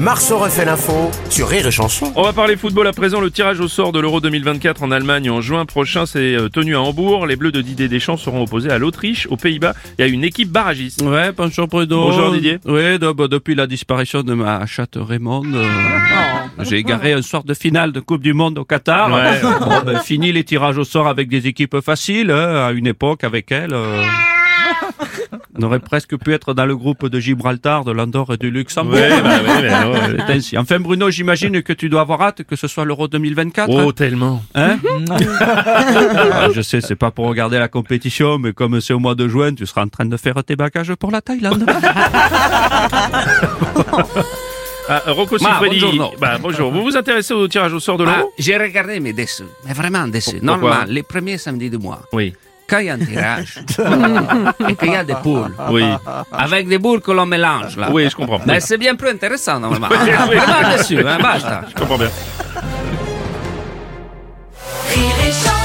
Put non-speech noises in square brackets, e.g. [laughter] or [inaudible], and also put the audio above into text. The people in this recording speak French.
Marceau refait l'info sur Rire et Chanson. On va parler football à présent. Le tirage au sort de l'Euro 2024 en Allemagne en juin prochain s'est euh, tenu à Hambourg. Les Bleus de Didier Deschamps seront opposés à l'Autriche, aux Pays-Bas et à une équipe barragiste. Ouais, bonjour Bruno. Bonjour, Didier. Oui, de- bah, depuis la disparition de ma chatte Raymond, euh, j'ai égaré un sort de finale de Coupe du Monde au Qatar. Ouais. [laughs] Bon, ben, fini les tirages au sort avec des équipes faciles. hein. à une époque, avec elle, euh, on aurait presque pu être dans le groupe de Gibraltar, de l'Andorre et du Luxembourg. [laughs] [laughs] C'est ainsi. Enfin Bruno, j'imagine que tu dois avoir hâte que ce soit l'Euro 2024. hein. Oh, tellement. Hein Ah, Je sais, c'est pas pour regarder la compétition, mais comme c'est au mois de juin, tu seras en train de faire tes bagages pour la Thaïlande. Ah, Rocco Ma, Siffredi. bonjour. Bah, bonjour. Vous vous intéressez au tirage au sort de Ah, l'Euro j'ai regardé, mais déçu. Mais vraiment déçu. Pourquoi Normal, les premiers samedis du mois, Oui. quand il y a un tirage, [laughs] et qu'il y a des poules, Oui. avec des boules que l'on mélange, là. Oui, je comprends. Mais c'est bien plus intéressant, normalement. Oui, oui. Vraiment déçu, hein, basta. Je comprends bien. Rire et chanson.